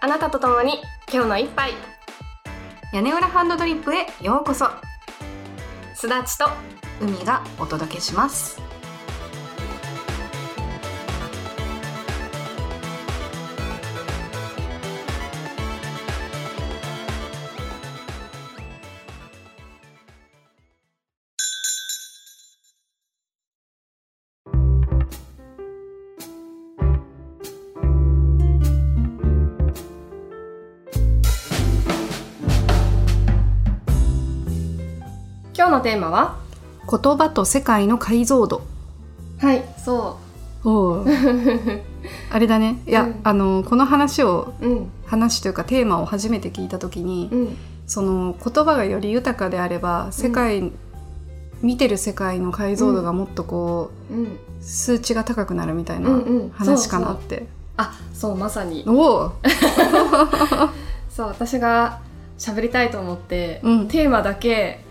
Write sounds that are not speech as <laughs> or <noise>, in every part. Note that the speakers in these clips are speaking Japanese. あなたと共に今日の一杯屋根裏ハンドドリップへようこそすだちと海がお届けします今日のテーマは言葉と世界の解像度はいそおう <laughs> あれだねいや、うんあのこの話をううん話というかテーマを初めて聞いた時に、うんその言葉がより豊かであれば世界、見てる世界の解像度がもっとこう、うん数値が高くなるみたいうんなうん話かなって、あそうまさにおおそう私が喋りたいと思って、うんテーマだけ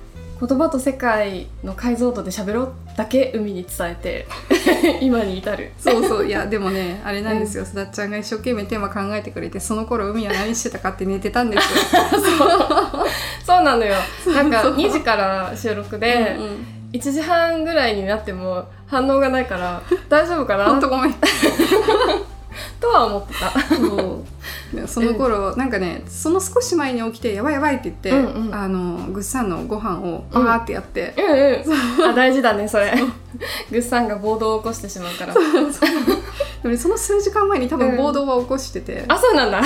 言葉と世界の解像度で喋ろうだけ海に伝 <laughs> えて今に至るそうそうい <laughs> やでもねあれなんですよすだっちゃんが一生懸命テーマ考えてくれてその頃海は何してたかって寝てたんですよ <laughs> そうなのよなんか2時から収録で、うんうん1時半ぐらいになっても反応がない <laughs> から大丈夫かほんなとごめんとは思ってた。 <laughs> そうその頃、なんかねその少し前に起きて「やばいやばい」って言って、うんうんあのぐっさんのご飯をバーってやって、うんうん、あ大事だねそれぐっさんが暴動を起こしてしまうからでもねその数時間前に多うん分暴動は起こしてて、あそうなんだ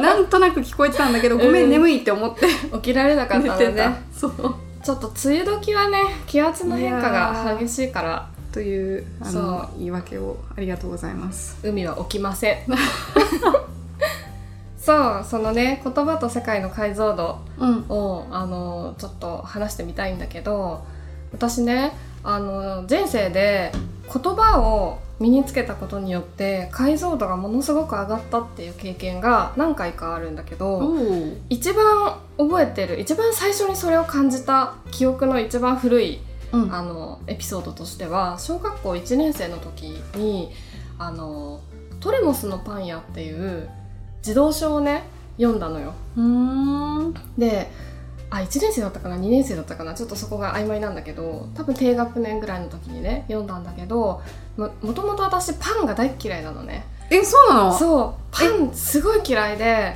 なんとなく聞こえてたんだけど「ごめうんん眠い」って思って起きられなかっ寝たのてでたねそうちょっと梅雨時はね気圧の変化が激しいからというあその言い訳をありがとうございます海は起きませ <laughs> んそうそのね言葉と世界の解像度うんをあのちょっと話してみたいんだけど私ねあの人生で言葉を身につけたことによって解像度がものすごく上がったっていう経験が何回かあるんだけど、お一番覚えてる一番最初にそれを感じた記憶の一番古いうんあのエピソードとしては小学校1年生の時にあのトレモスのパン屋っていう児童書をね読んだのよ。うーんであ1年生だったかな2年生だったかなちょっとそこが曖昧なんだけど多分低学年ぐらいの時にね読んだんだけどももともと私パンが大っ嫌いなのねえそうなのそそうパンすごい嫌いで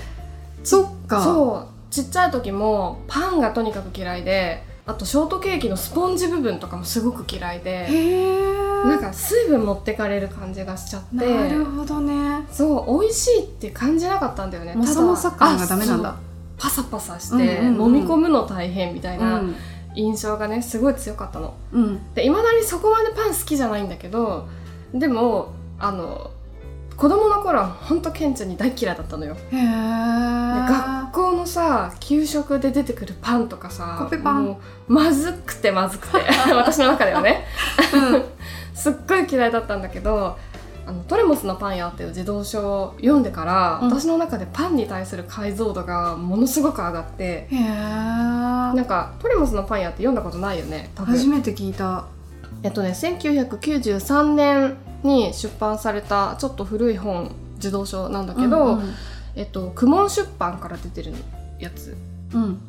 っかそうちっちゃい時もパンがとにかく嫌いであとショートケーキのスポンジ部分とかもすごく嫌いでへえなんか水分持ってかれる感じがしちゃってなるほどねそう美味しいって感じなかったんだよねもさもさ感がダメなんあだそうパサパサして、うんうんうん飲み込むの大変みたいうなん印象がねすごい強かったのうんでいまだにそこまでパン好きじゃないんだけどでもあの子供の頃はほんと顕著に大嫌いだったのよへえで学校のさ給食で出てくるパンとかさコッペパンもうまずくてまず <laughs> くて私の中ではね <laughs> すっごい嫌いだったんだけどあのトレモスのパン屋っていう児童書を読んでから、うん私の中でパンに対する解像度がものすごく上がってへえなんかトレモスのパン屋って読んだことないよね多分初めて聞いたえっとね1993年に出版されたちょっと古い本児童書なんだけど、うんえっと公文出版から出てるやつうん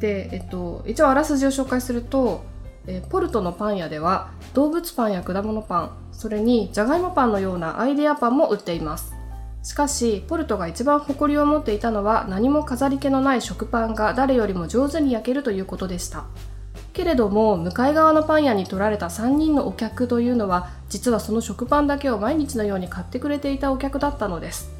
で、えっと、一応あらすじを紹介すると、えーポルトのパン屋では動物パンや果物パンそれにじゃがいもパンのようなアイデアパンも売っていますしかしポルトが一番誇りを持っていたのは何も飾り気のない食パンが誰よりも上手に焼けるということでしたけれども向かい側のパン屋に取られた3人のお客というのは実はその食パンだけを毎日のように買ってくれていたお客だったのです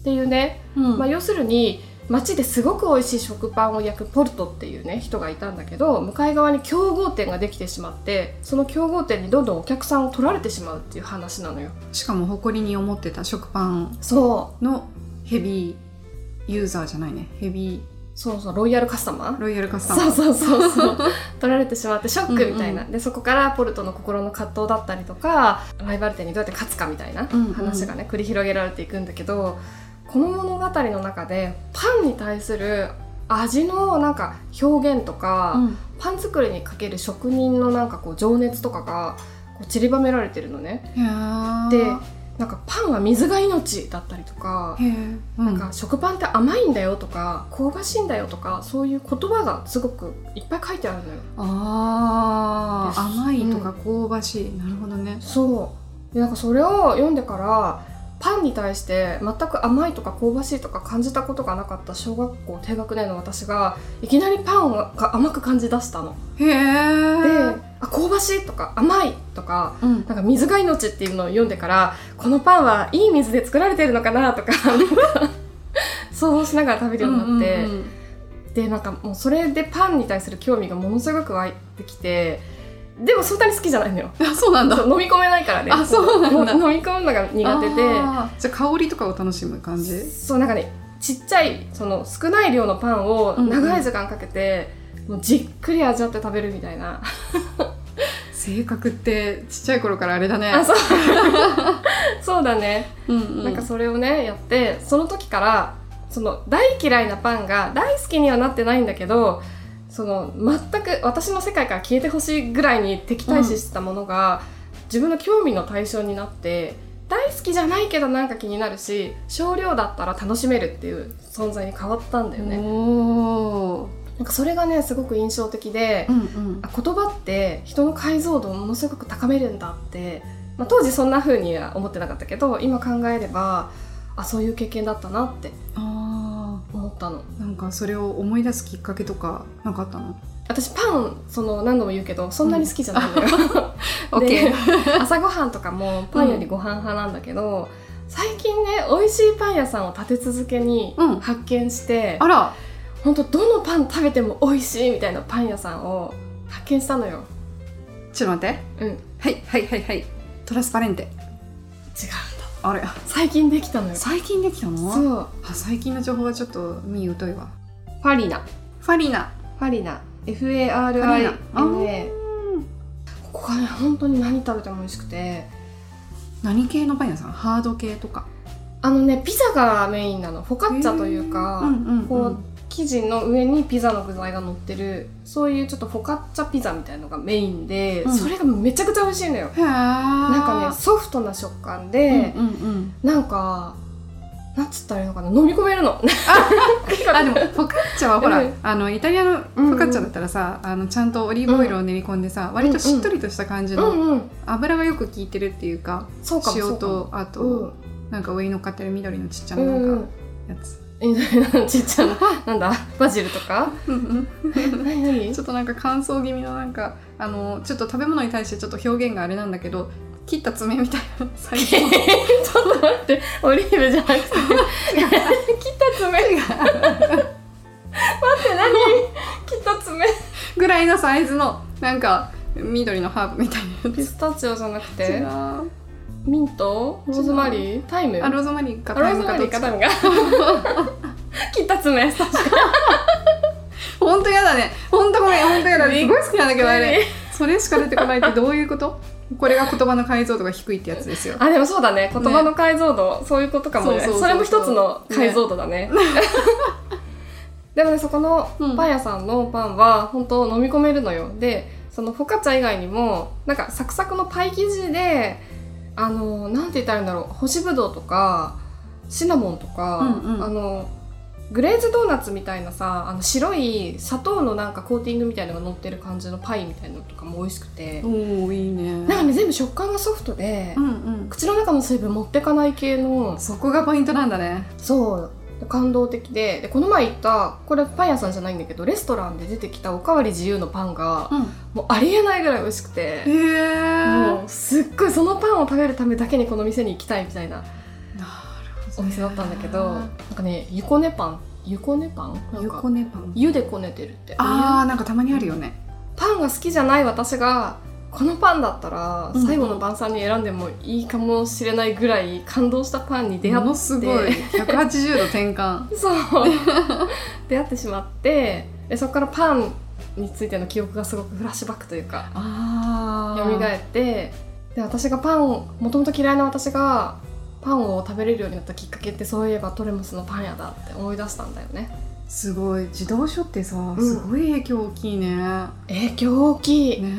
っていうねうんまあ、要するに街ですごく美味しい食パンを焼くポルトっていうね人がいたんだけど向かい側に競合店ができてしまってその競合店にどんどんお客さんを取られてしまうっていう話なのよしかも誇りに思ってた食パンそのヘビーユーザーじゃないねヘビうそうそうロイヤルカスタマーーロイヤルカスタムそうそうそうそう取られてしまってショックみたいな、うんでそこからポルトの心の葛藤だったりとかライバル店にどうやって勝つかみたいなうんうん話がね、繰り広げられていくんだけどこの物語の中でパンに対する味のなんか表現とか、うんパン作りにかける職人のなんかこう情熱とかがこう散りばめられてるのね。へーでなんかパンは水が命だったりとかへえ、うん、なんか食パンって甘いんだよとか香ばしいんだよとかそういう言葉がすごくいっぱい書いてあるのよああです甘いとか香ばしい、なるほどねそうでなんかそれを読んでからパンに対して全く甘いとか香ばしいとか感じたことがなかった小学校低学年の私がいきなりパンが甘く感じ出したの。へえで、あ香ばしいとか甘いとかうん、なんか水が命っていうのを読んでからこのパンはいい水で作られてるのかなとか <laughs> なんか想像しながら食べるようになって、うんうんうんでなんかもうそれでパンに対する興味がものすごく湧いてきてでもそんなに好きじゃないのよあそうなんだそう飲み込めないからねあそうなんだも飲み込むのが苦手であーじゃあ香りとかを楽しむ感じそうなんかねちっちゃいその少ない量のパンをうんうん長い時間かけて、もうじっくり味わって食べるみたいな性格ってちっちゃい頃からあれだねあそう <laughs> そうだねうんうん、なんかそれをねやってその時からその大嫌いなパンが大好きにはなってないんだけどその全く私の世界から消えてほしいぐらいに敵対視してたものが、自分の興味の対象になって大好きじゃないけどなんか気になるし少量だったら楽しめるっていう存在に変わったんだよね。おーなんかそれがねすごく印象的で、うんうんあ言葉って人の解像度をものすごく高めるんだって、まあ、当時そんな風には思ってなかったけど今考えればあそういう経験だったなってあ思ったのーなんかそれを思い出すきっかけとかなかったの私パンその何度も言うけどそんなに好きじゃないのよ、オッケ <laughs> でー朝ごはんとかもパンよりご飯派なんだけど、最近ね美味しいパン屋さんを立て続けにうん発見して、あらほんとどのパン食べても美味しいみたいなパン屋さんを発見したのよ、ちょっと待っうてん、違うんだはいはいはいはいトラスパレンテあれ最近できたのよ最近できたのそうあ最近の情報はちょっと見疎いわファリナファリナファリナファリナ FARINA ここがね本当に何食べても美味しくて何系のパン屋さんハード系とかあのねピザがメインなのフォカッチャというか、うんうんうんこう生地の上にピザの具材が乗ってるそういうちょっとフォカッチャピザみたいのがメインで、うんそれがめちゃくちゃ美味しいのよへえななんかねソフトな食感で、うんうんうんなんかなんつったらいいのかな飲み込める <laughs> のあでもフォカッチ <laughs> ャはほら、うんあのイタリアのフォカッチャだったらさ、あのちゃんとオリーブオイルを練り込んでさ、割としっとりとした感じうの、んうん油がよく効いてるっていうかそうかもそ塩うかともあと、うんなんか上に乗っかってる緑のちっちゃなうなんんかやつ、うんちっちゃななんだバジルとか何何ちょっとなんか乾燥気味のなんかあのちょっと食べ物に対してちょっと表現があれなんだけど切った爪みたいな最え近ーちょっと待ってオリーブじゃなくて <laughs> 切った爪が待って何切った爪ぐらいのサイズのなんか緑のハーブみたいなピスタチオじゃなく違てうあミントローズマリータイムローズマリーかあロターイズムマかリどっーちかかタイムが <laughs> 切った爪確かほんとやだねほんと <laughs> ごめんほんとやだねすごい好きなんだけどあにれそれしか出てこないって <laughs> どういうことこれが言葉の解像度が低いってやつですよ <laughs> あでもそうだね言葉の解像度、そういうことかもねそうそうそうそうれも一つの解像度だね <laughs> でもねそこのうんパン屋さんのパンは本当飲み込めるのよでそのフォカチャ以外にもなんかサクサクのパイ生地であのなんて言ったらいいんだろう干しぶどうとかシナモンとか、うんうんあのグレーズドーナツみたいなさあの白い砂糖のなんかコーティングみたいのが乗ってる感じのパイみたいなのとかも美味しくて、おおいいねなんかね全部食感がソフトで、うんうん口の中の水分持ってかない系のそこがポイントなんだねそう感動的ででこの前行ったこれパン屋さんじゃないんだけどレストランで出てきたおかわり自由のパンがうんもうありえないぐらい美味しくてへもえうすっごいそのパンを食べるためだけにこの店に行きたいみたいなお店だったんだけどなんかねゆこねパンゆこねパンなんよかこねパンゆでこねてるってあーなんかたまにあるよねパンが好きじゃない私がこのパンだったらうんうん最後の晩餐に選んでもいいかもしれないぐらい感動したパンに出会もっのすごい180度転換そう <laughs> 出会ってしまってでそこからパンについての記憶がすごくフラッシュバックというか <laughs> あ蘇ってで私がパンをもともと嫌いな私がパンを食べれるようになったきっかけってそういえばトレモスのパン屋だって思い出したんだよねすごい自動書ってさんすごい影響大きいね、影響大きい、ねえ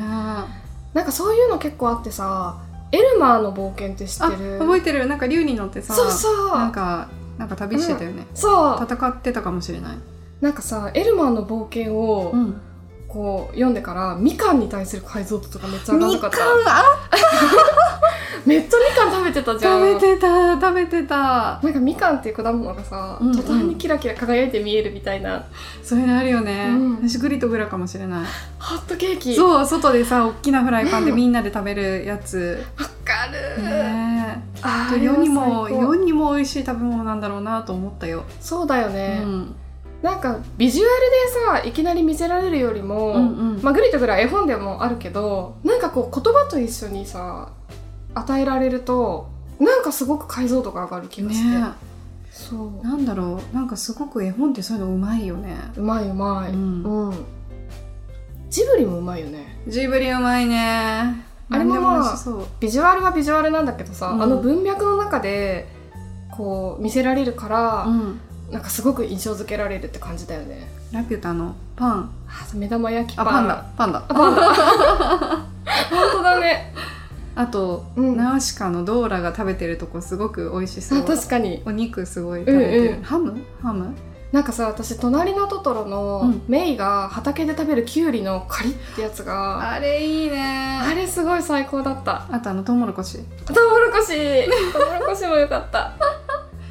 なんかそういうの結構あってさエルマーの冒険って知あってる覚えてるなんか竜に乗ってさそうそうなんかなんか旅してたよね、そう戦ってたかもしれない、なんかさエルマーの冒険をん、こう読んでからみかんに対する解像度とかめっちゃ上がんなみかかんったあめっちゃみかん食べてたじゃん食べてた食べてたなんかみかんっていう果物がさ、うんうん途端にキラキラ輝いて見えるみたいなそういうのあるよね、うん私グリとグラかもしれないホットケーキわそう外でさ大きなフライパンでうんみんなで食べるやつ、かる、ねえあほんーと世にもあれは最高世にも美味しい食べ物なんだろうなと思ったよ、そうだよね、うんなんかビジュアルでさいきなり見せられるよりも、うんうんまあ、グリとグラ絵本でもあるけどなんかこう言葉と一緒にさ与えられるとなんかすごく解像度が上がる気がして、ねそえなんだろうなんかすごく絵本ってそういうのうまいよねううまいうまい、うんうんジブリもうまいよねジブリうまいねあれもまあ何で美味しそうビジュアルはビジュアルなんだけどさ、うんあの文脈の中でこう見せられるから、うんなんかすごく印象付けられるって感じだよねラピュタのパンあ目玉焼きパあンパンだパンだパンだ本当だねあと、うんナウシカのドーラが食べてるとこすごく美味し <laughs> そうあ確かにお肉すごい食べてる、うんうんハムハムなんかさ私「隣のトトロ」のうんメイが畑で食べるキュウリのカリってやつが、れいいねあれすごい最高だったあとあのトウモロコシトウモロコシ <laughs> トウモロコシもよかった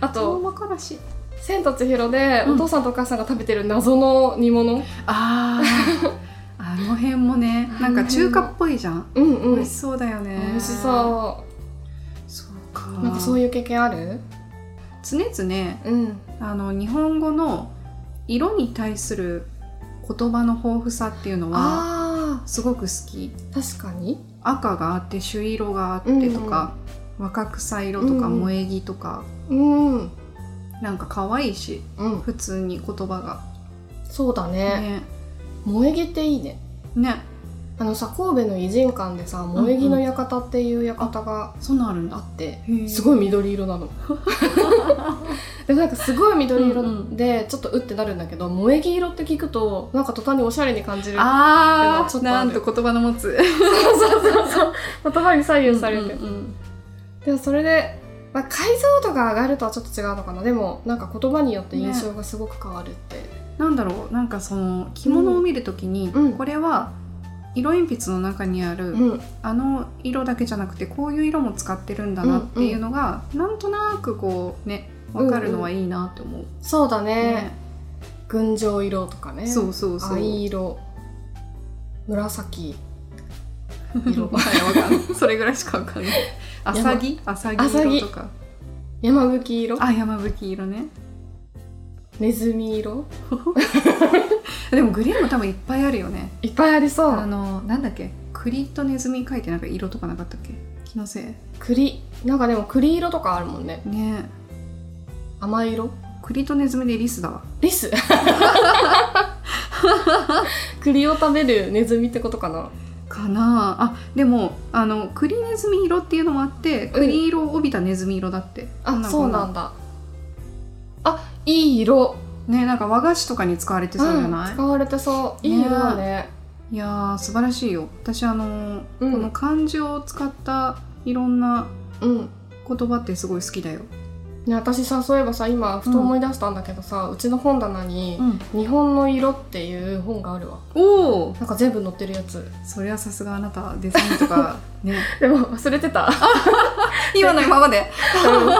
あとモロコシ「千と千尋」でうんお父さんとお母さんが食べてる謎の煮物あー <laughs> あの辺もねなんか中華っぽいじゃん、うんうん美美味しそうだよね味しそうそうかうなんかそういういう経験ある常々うんあの日本語の色に対する言葉の豊富さっていうのはあすごく好きー確かに赤があって朱色があってとか、若草色とかうんうん萌え木とか、うんうんなんか可愛いし普通に言葉がそうだねね萌え木っていいねねあのさ神戸の偉人館でさ萌え木の館っていう館がそんなんあるんだあって、へーすごい緑色な <laughs> のでなんかすごい緑色でちょっとうってなるんだけど、萌え木色って聞くとなんか途端におしゃれに感じるあでもちょっーとあなるんと言葉の持つ言葉に左右されて、うんうんうんでもそれで、まあ、解像度が上がるとはちょっと違うのかなでもなんか言葉によって印象がすごく変わるって、なんだろうなんかその着物を見るときに、うんこれは色鉛筆の中にある、うんあの色だけじゃなくてこういう色も使ってるんだなっていうのが、なんとなくこうね分かるのはいいなって思う、そうだねね群青色とかねそうそうそう藍色紫 <laughs> 色 <laughs> わかんないそれぐらいしかわかんないアサギアサギ色とか山吹色あ山吹色ねネズミ色でもグリーンも多分いっぱいあるよねいっぱいありそあうのなんだっけ栗とネズミ書いてなんか色とかなかったっけ気のせい栗なんかでも栗色とかあるもんねね甘い色栗とネズミでリスだわリ <laughs> ス栗を食べるネズミってことかなかなああでもあの栗ネズミ色っていうのもあって栗色を帯びたネズミ色だって、あかそうなんだあいい色ねなんか和菓子とかに使われてそうじゃない、ん、使われてそういい色だねいやー素晴らしいよ私あのー、うんこの漢字を使ったいろんなうん言葉ってすごい好きだよ、ね私さそういえばさ今ふと思い出したんだけどさ、うちの本棚に「日本の色」っていう本があるわおおなんか全部載ってるやつそれはさすがあなたデザインとか <laughs> ねでも忘れてた今の今まで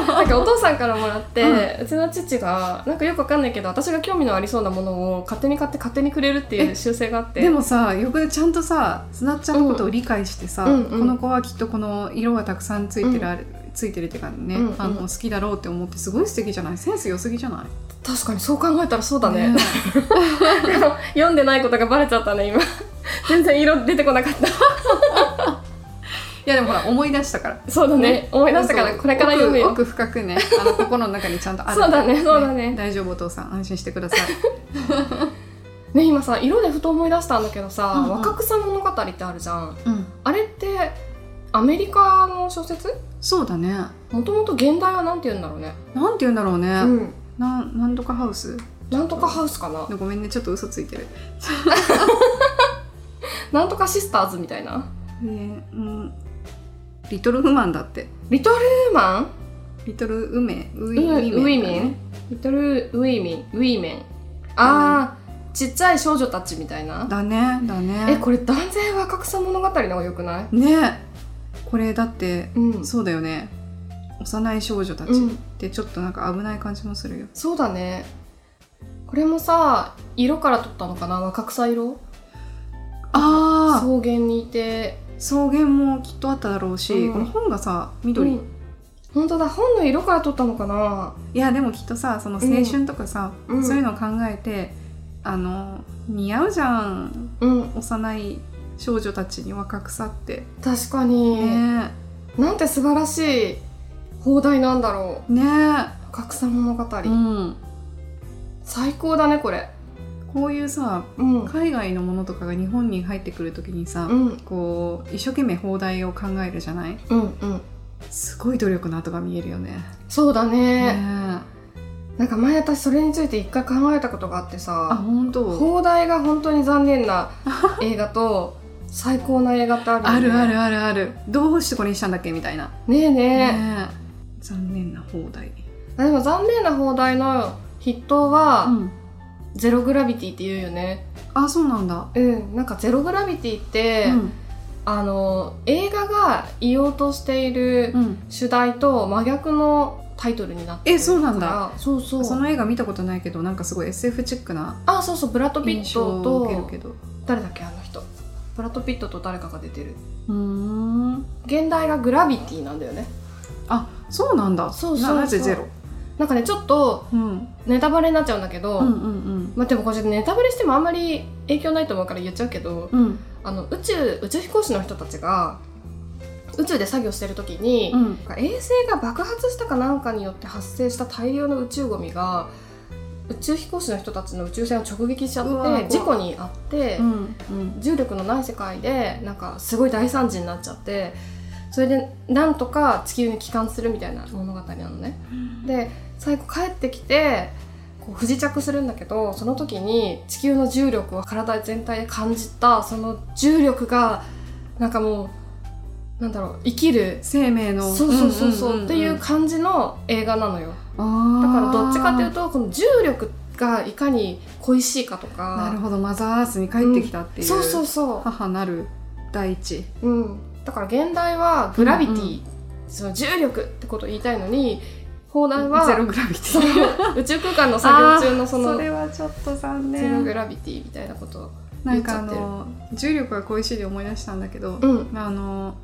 なんかお父さんからもらって、ううちの父がなんかよくわかんないけど私が興味のありそうなものを勝手に買って勝手にくれるっていうえ習性があってでもさよくちゃんとさすなっちゃんのことを理解してさ、うんうんこの子はきっとこの色がたくさんついてる、あるついてるっていうかね、うんうんあの好きだろうって思ってすごい素敵じゃないセンス良すぎじゃない確かにそう考えたらそうだねね読んでないことがバレちゃったね今全然色出てこなかったいやでもほら思い出したからそうだね思い出したからそうこれから読むよ奥奥深くねあの心の中にちゃんとあるそうだねそうだね大丈夫お父さん安心してくださいね今さ色でふと思い出したんだけどさ、うんうん若草物語ってあるじゃんうんあれってアメリカの小説そうだねもともと現代はなんて言うんだろうねなんて言うんだろうね、うんなんなんとかハウスなんとかハウスかなごめんねちょっと嘘ついてる、なんとかシスターズみたいなねうんリトルウーマンだってリトルウーマンリトルウメウウイィウィだメねンリトルウィメンウィメンあーちっちゃい少女たちみたいなだねだねえこれ断然若草物語の方がよくないねこれだって、うんそうだよね幼い少女たちうんってちょっとなんか危ない感じもするよ、そうだねこれもさ色から取ったのかな若草色ああ草原にいて草原もきっとあっただろうし、うんこの本がさ緑、うん本当だ本の色から取ったのかないやでもきっとさその青春とかさ、うんそういうのを考えてあの似合うじゃんうん幼い少女たちに若草って確かに、ねなんて素晴らしい放題なんだろえねう若草物語、え、うん、最高だねこれこういうさうんうん海外のものとかが日本に入ってくるときにさ、うんこう一生懸命放題を考えるじゃないうんすごい努力の跡が見えるよね。そうだねねえなんか前私それについて一回考えたことがあってあさ本当。放題が本当に残念 <laughs> な映画と最高な映画ってあるよねあるあるあるある。どうしてこれにしたんだっけみたいな。ねえねえ、ねえ残念な放題。あでも残念な放題の筆頭あ、は、ゼログラビティって言うよねあそうなんだ。うんなんかゼログラビティって、うんあの映画が言おうとしているうん。主題と真逆のタイトルになってるえそうなんだからそうそうその映画見たことないけどなんかすごい SF チックなあそうそうブラッド・ピッ印象トを受けとるけど。誰だっけあの人ブラッド・ピットと誰かが出てるうーん。現代がグラビティなんだよねあそうなんだ。そうそうそうななぜゼロ。なんかねちょっとうん。ネタバレになっちゃうんだけど、うんうんまあでもこれネタバレしてもあんまり影響ないと思うから言っちゃうけど、うん。うんあの宇宙宇宙飛行士の人たちが宇宙で作業してる時に、うんなんか衛星が爆発したかなんかによって発生した大量の宇宙ゴミが宇宙飛行士の人たちの宇宙船を直撃しちゃうわ怖っいて事故に遭って、うんうん。重力のない世界でなんかすごい大惨事になっちゃってそれでなんとか地球に帰還するみたいな物語なのね。で最後帰ってきてこう不時着するんだけどその時に地球の重力を体全体で感じたその重力がなんかもうなんだろう生きる生命の。そうそうそうそんんんうんっていう感じの映画なのよだだからどっちかっていうととこの重力がいかに恋しいかとなるかほどマザーアースに帰ってきたっていう、そうそうそ母なる大地う、うん、だから現代はグラビティ、うんうんその重力ってことを言いたいのに放題はゼログラビテそのィ宇宙空間の作業中のそのそれはちょっと残ゼログ念ラビティみたいなことなんかあ言っちの重力が恋しいで思い出したんだけど、うんまああの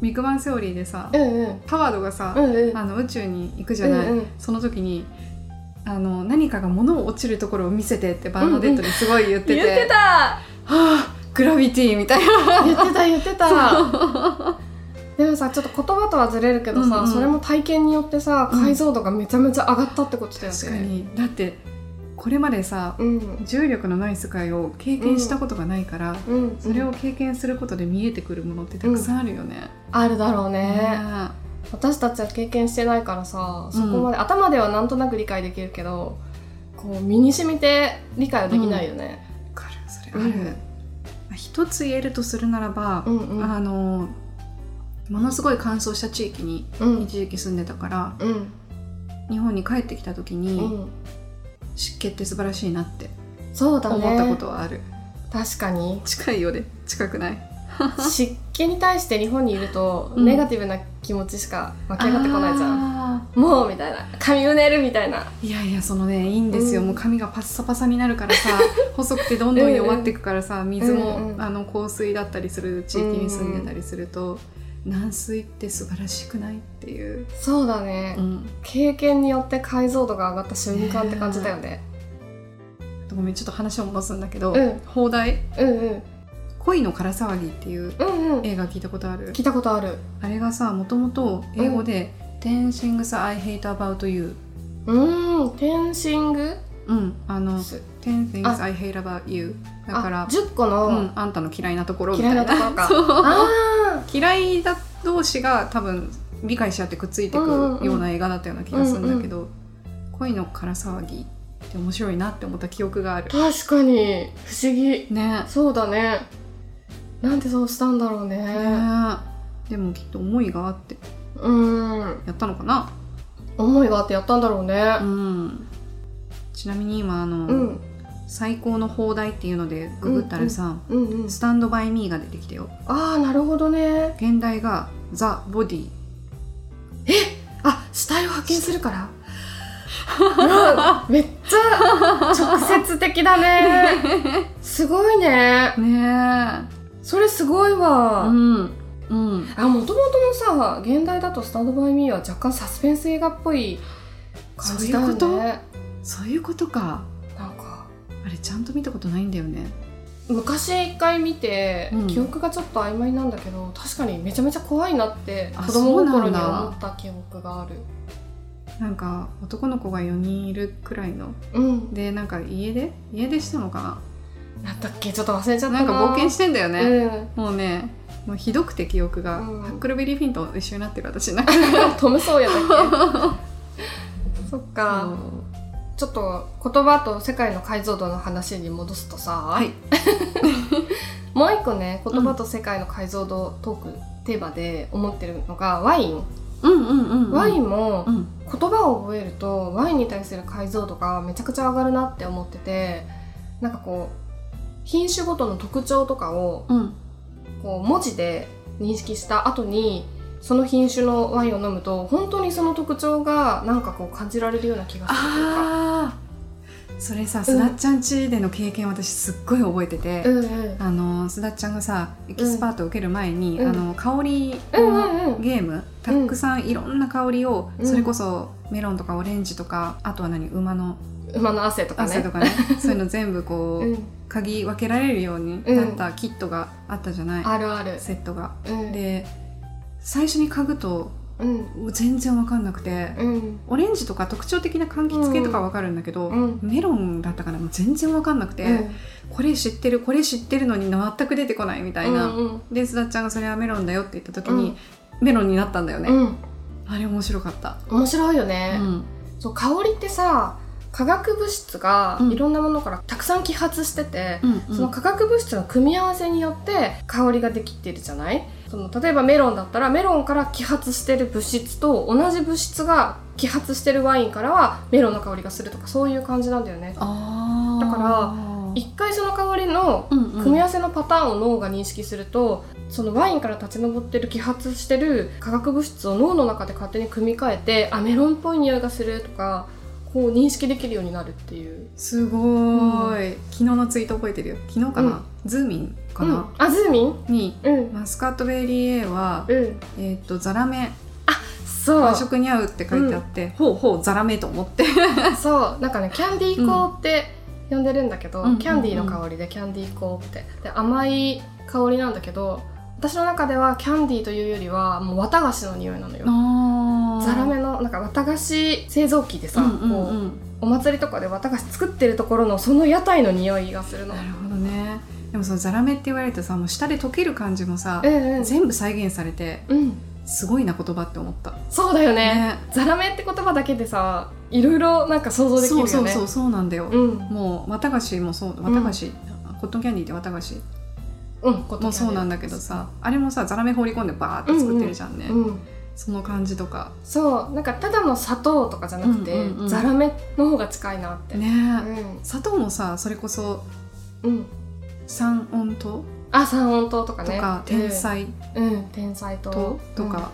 ミクバンセオリーでさうんうんハワードがさう、んうんあの宇宙に行くじゃない、うんうんその時にあの何かが物を落ちるところを見せてってバンドデッドにすごい言ってて,、はたあグラビティみたいな言ってた言ってた <laughs> でもさちょっと言葉とはずれるけどさ、うんうんそれも体験によってさうん解像度がめちゃめちゃ上がったってことだよね確かにだってこれまでさうん重力のない世界を経験したことがないから、うんそれを経験することで見えてくるものってたくさんあるよね。あるだろうね、ね私たちは経験してないからさそこまで、頭ではなんとなく理解できるけどこう身に染みて理解はできないよね、えわかるそれあうるん、まあ一つ言えるとするならば、うんうんあのものすごい乾燥した地域にうん一時期住んでたから、うん日本に帰ってきた時うに、ん湿気って素晴らしいなってそうだ思ねったことはある、確かに近いよね近くない湿気に対して日本にいるとうんネガティブな気持ちしか湧き上がってこないじゃん、んもうみたいな髪うねるみたいないやいやそのねいいんですよ、うんもう髪がパッサパサになるか <laughs> らさ細くてどんどん弱っていくからさ水も、うんうんあの香水だったりする地域に住んでたりすると、軟水って素晴らしくないっていう、そうだね、うん、経験によって解像度が上がった瞬間って感じだよね、ごめんちょっと話を戻すんだけど、うん放題うんうん「恋の空騒ぎ」っていううんうん映画聞いたことある聞いたことあるあれがさもともと英語で「Ten Things I Hate About You うーんテンシング」うんあのす「Ten Things あ I Hate About You」だからあ10個うのん、あんたの嫌いなところみた嫌いいななところか、<laughs> あ嫌いだ同士が多分理解し合ってくっついてうんうんうくんような映画だったような気がするんだけど、恋の空騒ぎって面白いなって思った記憶があるー確かに不思議ねそうだねなんでそうしたんだろうねねでもきっと思いがあってうんやったのかな思いがあってやったんだろうねうんちなみに今あの、うん最高の放題っていうのでググったらさ、うんうんスタンドバイミーが出てきたよああなるほどね現代がザ・ボディあ死体を発見するからうんめっちゃ直接的だねすごいねねそれすごいえわ、うんうんあもともとのさ現代だと「スタンド・バイ・ミー」は若干サスペンス映画っぽい感じだよねそういうそういうことかなんかあれちゃんと見たことないんだよね昔一回見て、うん記憶がちょっと曖昧なんだけど確かにめちゃめちゃ怖いなってあ子供心そうなんにだ思った記憶があるなんか男の子が4人いるくらいのうんでなんか家出家出したのかなんだっけちょっと忘れちゃっなたなんか冒険してんだよね、ね、もうねもうひどくて記憶が、うんハックルベリーフィンと一緒になってる私なんうん、 <laughs> トム・ソーヤだっ <laughs> けそっか、かちょっと言葉と世界の解像度の話に戻すとさ、はい <laughs> もう一個ね言葉と世界の解像度トーク、テーマで思ってるのがワイン、うんうんうん、うん、ワインもうん言葉を覚えるとワインに対する解像度がめちゃくちゃ上がるなって思っててなんかこう品種ごとの特徴とかをうんこう文字で認識した後にその品種のワインを飲むと本当にその特徴がなんかこう感じられるような気がするというか。あーそれさすだっちゃんちでの経験私すっごい覚えてて、うんうんあのすだっちゃんがさエキスパートを受ける前に、うんあの香りうんうのんうんゲーム、たくさんいろんな香りを、うんそれこそメロンとかオレンジとかあとは何馬の馬の汗とかね汗とかね <laughs> そういうの全部こう、うん、鍵分けられるようになったキットがあったじゃない、あるある、セットが。うん、で最初に嗅ぐとうん全然分かんなくて、うんオレンジとか特徴的な柑橘系とかは分かるんだけど、うんメロンだったかなもう全然分かんなくて、うんこれ知ってるこれ知ってるのに全く出てこないみたいな、うんうんで須田ちゃんがそれはメロンだよって言った時に、メロンになったんだよね、うん、あれ面白かった、面白いようね、んそう香りってさ化学物質がうんいろんなものからたくさん揮発してて、うんうんその化学物質の組み合わせによって香りができてるじゃないその例えばメロンだったらメロンから揮発してる物質と同じ物質が揮発してるワインからはメロンの香りがするとかそういう感じなんだよねあだ一回その香りのら、うんうん、組み合わせのパターンを脳が認識するとそのワインから立ち上ってる揮発してる化学物質を脳の中で勝手に組み替えてあメロンっぽい匂いがするとかこう認識できるようになるっていう。すごーい、昨日のツイート覚えてるよ昨日かな、うんズーミンかうんな、、あズーミンにうん、マスカットベリー A は、うん、えー、とザラメそ和う食に合うって書いてあって、ほうほうザラメと <laughs> 思ってそうなんかねキャンディーコーって呼んでるんだけど、うんキャンディーの香りでキャンディーコーってで甘い香りなんだけど私の中ではキャンディーというよりはもう綿菓子の匂いなのよ。あーザラメのなんか綿菓子製造機でさ、うんうんこううんお祭りとかで綿菓子作ってるところのその屋台の匂いがするのな。るほどねでもそのザラメって言われるとさもう下で溶ける感じもさうんうん。全部再現されてうん。すごいな言葉って思ったそうだよね。ザラメって言葉だけでさ、いろいろなんか想像できるそようね。そうそうそうなんだよ、うん。もう綿菓子もそう綿菓子、コットンキャンディーって綿菓子うん。こともそうなんだけど。さあれもさザラメ放り込んでバーって作ってるじゃんね、うん。その感じとかそう。なんかただの砂糖とかじゃなくて、うんうんうんザラメの方が近いなって。ね、うん。砂糖もさそれこそうん。三温糖あ、三温糖とかとね。か天才うん。うん。天才糖糖と。うんか、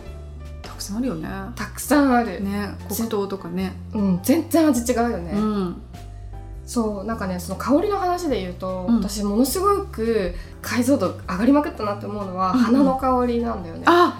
たくさんあるよねたくさんある、ね黒糖とかねうん、全然味違うよね、うんそうなんかねその香りの話で言うと、うん私ものすごく解像度上がりまくったなって思うのは、うんうん花の香りなんだよねあ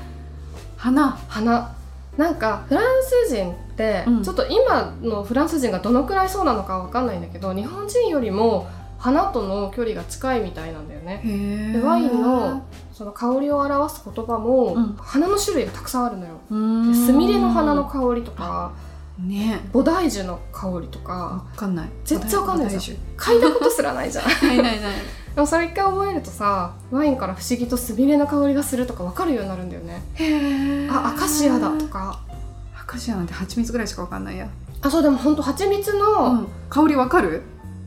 花花なんかフランス人って、うんちょっと今のフランス人がどのくらいそうなのかわかんないんだけど日本人よりも花との距離が近いみたいなんだよねへえでワインのその香りを表す言葉も、うん花の種類がたくさんあるのよでススミレの花の香りとかね菩提樹の香りとかわかんない全然わかんないしじ嗅いだことすらないじゃんないないないでもそれ一回覚えるとさワインから不思議とスミレの香りがするとか分かるようになるんだよねへーあアカシアだとかアカシアなんて蜂蜜ぐらいしかわかんないや、あそうでもほんと蜂蜜うの、ん、香りわかる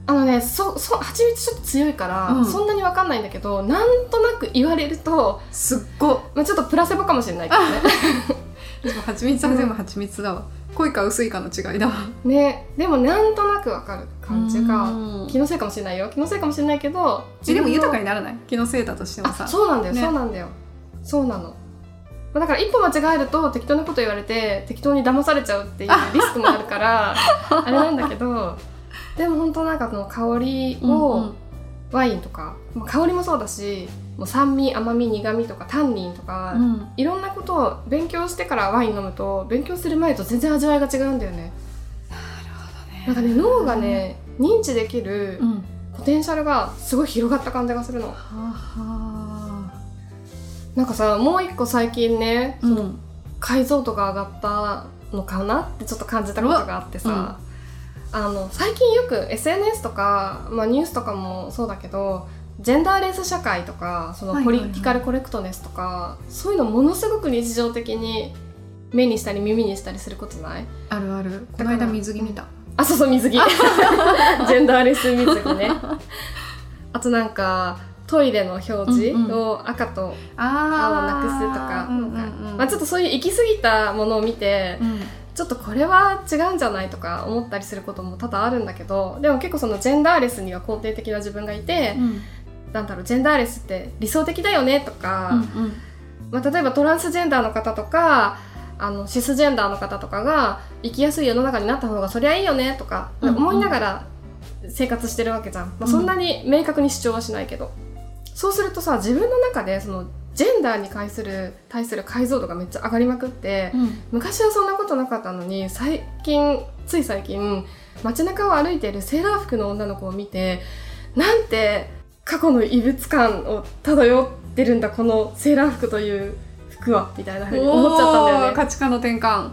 あのねそそ蜂蜜ちょっと強いから、うんそんなに分かんないんだけどなんとなく言われると、すっごまあ、ちょっとプラセボかもしれないけどね <laughs> いでも蜂蜜は全部蜂蜜だわ濃いか薄いかの違いだわねでもなんとなくわかる感じがうん気のせいかもしれないよ気のせいかもしれないけどえでも豊かににならない気のせいだとしてもあさそうなんだよ、ねそうなんだよそうなのまあだから一歩間違えると適当なこと言われて適当に騙されちゃう <laughs> っていうリスクもあるからあれなんだけどでも本当なんかその香りを、うんうんワインとか、まあ、香りもそうだしもう酸味甘み苦味とかタンニンとか、うんいろんなことを勉強してからワイン飲むと勉強する前と全然味わいが違うんだよねなんかね脳がね認知できるうんはポテンシャルがすごい広がった感じがするのあはなんかさもう一個最近ねあうん解像度が上がったのかなってちょっと感じたことがあってさ、あの最近よく SNS とか、まあ、ニュースとかもそうだけどジェンダーレス社会とかそはのいポはいはリいティカルコレクトネスとか、そういうのものすごく日常的に目にしたり耳にしたりすることないあるあるこだからの間水着見たあそうそう水 <laughs> 着ジェンダーレス水着ねあとなんかトイレの表示うんうんを赤と青をなあくすとか、うんうんうんまあ、ちょっとそういう行き過ぎたものを見てうんちょっとこれは違うんじゃないとか思ったりすることも多々あるんだけどでも結構そのジェンダーレスには肯定的な自分がいて、うんなんだろうジェンダーレスって理想的だよねとか、うんうんまあ、例えばトランスジェンダーの方とかあのシスジェンダーの方とかが生きやすい世の中になった方がそりゃいいよねとかうんうん思いながら生活してるわけじゃん、まあ、そんなに明確に主張はしないけど、そうするとさ自分の中でそのジェンダーに対する対する解像度がめっちゃ上がりまくって、うん昔はそんなことなかったのに最近つい最近街中を歩いているセーラー服の女の子を見てなんて過去の異物感を漂ってるんだこのセーラー服という服はみたいな風に思っちゃったんだおーよね価値観の転換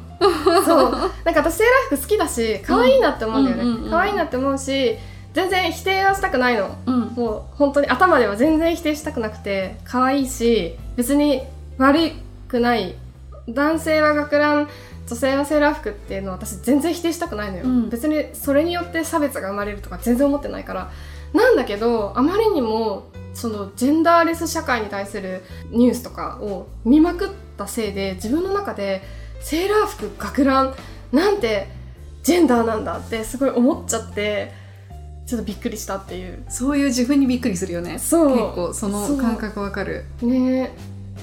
そうなんか私セーラー服好きだし可愛いなって思うんだよね、うんうんうんうん可愛いなって思うし全然否定はしたくないのうんもう本当に頭では全然否定したくなくて可愛いし別に悪くない男性は学ラン女性はセーラー服っていうのは私全然否定したくないのよ、うん別にそれによって差別が生まれるとか全然思ってないからなんだけどあまりにもそのジェンダーレス社会に対するニュースとかを見まくったせいで自分の中でセーラー服学ランなんてジェンダーなんだってすごい思っちゃってちょっとびっくりしたっていうそういう自分にびっくりするよね結そう構その感覚わかるねえ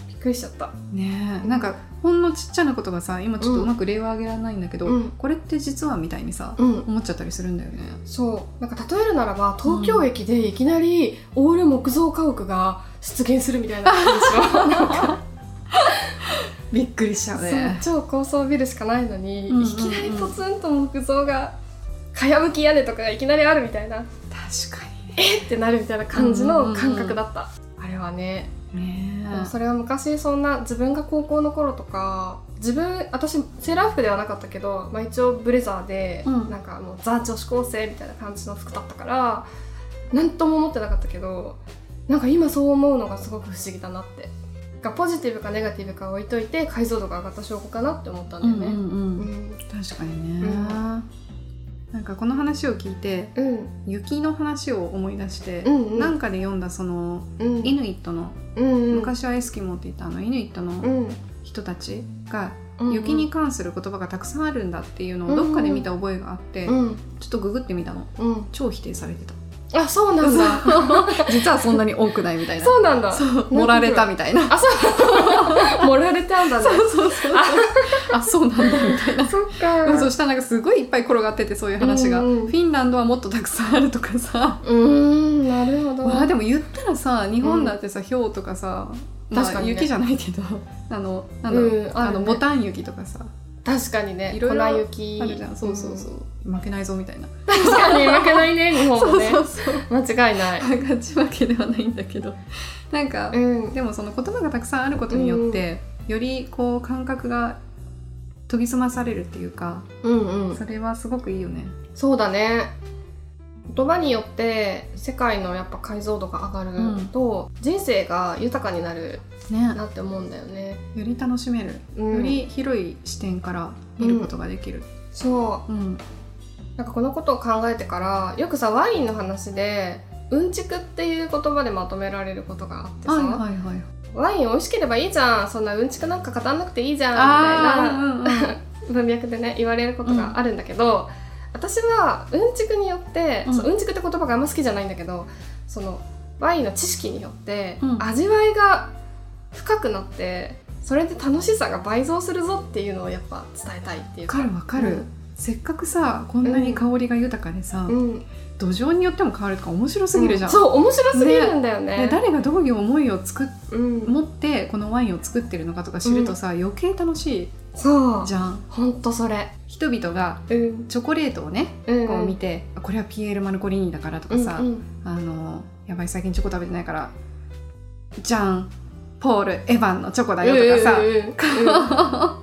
びっくりしちゃったねえなんかほんのちっちゃなことがさ今ちょっとうまく例を挙げられないんだけど、うんこれって実はみたいにさ、うん思っちゃったりするんだよねそうなんか例えるならば東京駅でいきなりオール木造家屋が出現するみたい <laughs> な感じでしょなんかびっくりしちゃうねそう超高層ビルしかないのに、うんうんうんいきなりポツンと木造がかやぶき屋根とかがいきなりあるみたいな確かえってなるみたいな感じの感覚だった、あれはねにねでもねそれは昔そんな自分が高校の頃とか自分私セーラー服ではなかったけど、まあ、一応ブレザーで、うんなんかもうザ女子高生みたいな感じの服だったから何とも思ってなかったけどなんか今そう思うのがすごく不思議だなってがポジティブかネガティブか置いといて解像度が上がった証拠かなって思ったうんんだうよね。んううんん確かにね、うんなんかこの話を聞いてうん雪の話を思い出してう、んうんなんかで読んだそのうんイヌイットの、うん昔はエスキモって言ったあのイヌイットうのん人たちがうん雪に関する言葉がたくさんあるんだっていうのをどっかで見た覚えがあって、うんちょっとググってみたのうん超否定されてたあそうなんだ実はそんなに多くないみたいなそうなんだそう盛られたみたいなあそう <laughs> 盛られたんだねそうそうそう <laughs> あそうなんだみたいなそっかうんそしたらなんかすごいいっぱい転がっててそういう話が、うんうんフィンランドはもっとたくさんあるとかさ、うーんなるほど。わあでも言ったらさ日本だってさ、氷とかさ、まあ確かにね雪じゃないけど <laughs> あのなんだろう、うんああるねのボタン雪とかさ確かにね、いろいろ粉雪あるじゃんそうそうそう、負けないぞみたいな、うん確かに負けない <laughs> ね、日本もそうね。そうそう間違いない。勝ち負けではないんだけどなんか、うん。でもその言葉がたくさんあることによって、よりこう感覚が研ぎ澄まされるっていうかうんうん。それはすごくいいよね。そうだね。言葉によって世界のやっぱ解像度が上がると、人生が豊かになるねなって思うんだよね。より楽しめる、うんより広い視点から見ることができる。そうんうなんかこのことを考えてからよくさワインの話でうんちくっていう言葉でまとめられることがあってさ、はいはいはいワイン美味しければいいじゃんそんなうんちくなんか語らなくていいじゃんみたいなあー文脈でね言われることがあるんだけど、私はうんちくによって、うんそううんちくって言葉があんま好きじゃないんだけどそのワインの知識によってうん味わいが深くなってそれで楽しさが倍増するぞっていうのをやっぱ伝えたいっていうわかるわかる、うんせっかくさこんなに香りが豊かでさ、うん、土壌によっても変わるとか面白すぎるじゃん、そう面白すぎるんだよねで誰がどういう思いを作っうん、持ってこのワインを作ってるのかとか知るとさ、余計楽しいそうじゃんほんとそれ人々がうんチョコレートをねうんこう見て、これはピエール・マルコリーニだからとかさ、うんうんあのやばい最近チョコ食べてないからじゃんポール・エヴァンのチョコだよとかさ、うんうんうんうん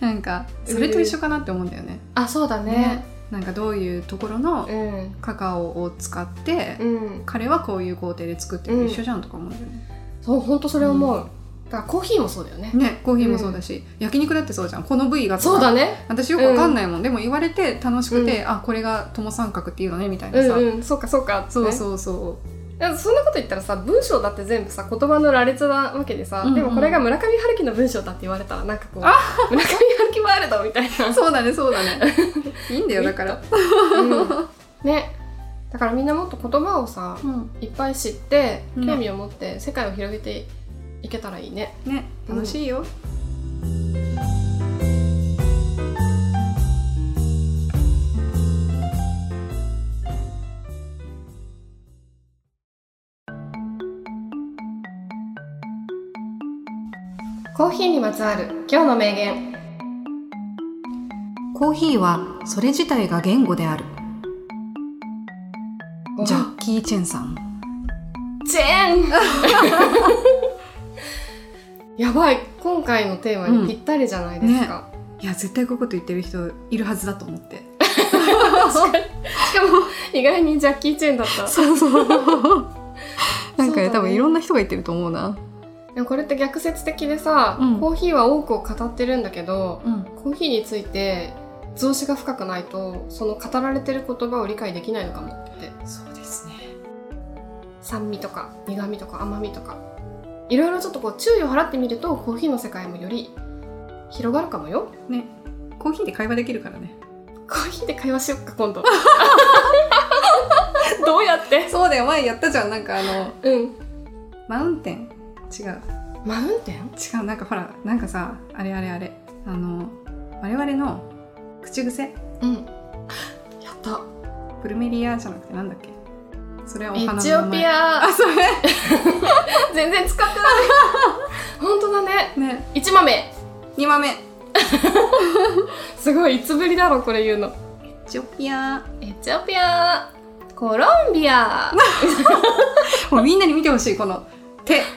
なんかそれと一緒かなって思うんだよね。あそうだねねなんかどういうところのうんカカオを使って、うん彼はこういう工程で作ってるの一緒じゃんとか思うんだよね。そうほんとそれ思う、だからコーヒーもそうだよねねコーヒーもそうだし、焼肉だってそうじゃんこの部位がとかそうだね私よくわかんないもん、でも言われて楽しくて、あこれが友三角っていうのねみたいなうさ、んうんそうかそうかそううそうそそんなこと言ったらさ文章だって全部さ言葉の羅列なわけでさ、うんうんでもこれが村上春樹の文章だって言われたらなんかこう村上春樹ワールドみたいなう、そうだねそうだね <laughs> いいんだよだから、うんねだからみんなもっと言葉をさいっぱい知ってうん興味を持って世界を広げていけたらいいね、ね楽しいよ、コーヒーにまつわる今日の名言コーヒーはそれ自体が言語であるジャッキー・チェンさんチェーン <laughs> やばい今回のテーマにぴったりじゃないですか、いや絶対こういうこと言ってる人いるはずだと思ってしかも意外にジャッキー・チェーンだった <laughs> そう <laughs> そうなそうだんか、ねね、多分いろんな人が言ってると思うなでもこれって逆説的でさ、うんコーヒーは多くを語ってるんだけどうんコーヒーについて増資が深くないとその語られてる言葉を理解できないのかもってそうですね酸味とか苦味とか甘みとかいろいろちょっとこう注意を払ってみるとコーヒーの世界もより広がるかもよねコーヒーで会話できるからねコーヒーで会話しよっか今度 <laughs> どうやってそうだよ前やったじゃんなんかあのうんマウンテン違うマウンテン違うなんかほらなんかさあれあれあれあの我々の口癖うんやったプルメリアじゃなくてなんだっけそれはおエ花のチ名オ前ピアあそれ <laughs> 全然使ってない本当だねね一豆2番目エすごいいつぶりだろこれ言うのチオピアエチオピアコロンビアもうみんなに見てほしいこの手 <laughs>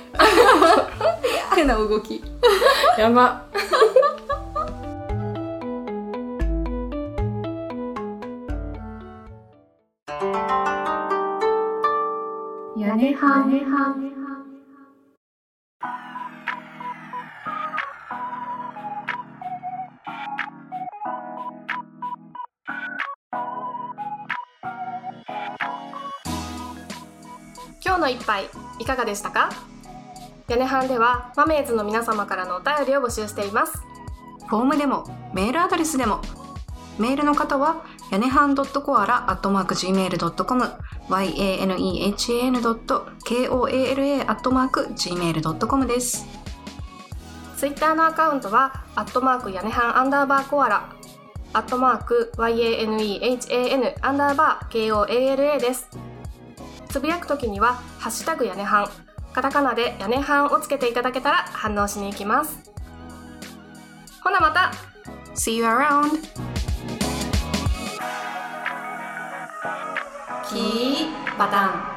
手の動き <laughs> やば屋根はねは今日の一杯いかがでしたか屋根班ではマメーズの皆様からのお便りを募集していますフォームでもメールアドレスでもメールの方はやねはん .coala.gmail.com yanehan.koala.gmail.com です。ツイッターのアカウントはアットマーク屋根班アンダーバーコアラアットマーク YANEHAN アンダーバー KOALA ですつぶやくときにはハッシュタグ屋根班カタカナで屋根班をつけていただけたら反応しに行きますほなまた See you around! キーパターン